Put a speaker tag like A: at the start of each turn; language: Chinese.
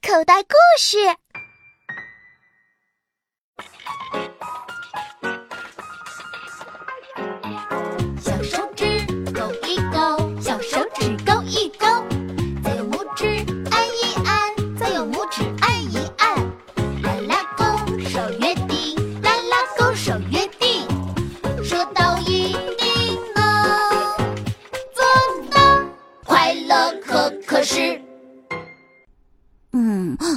A: 口袋故事。
B: 小手指勾一勾，小手指勾一勾，再用拇指按一按，再用拇指按一按，啦啦勾手约定，啦啦勾手约定，说到一定能做到，快乐可可是。
A: 嗯，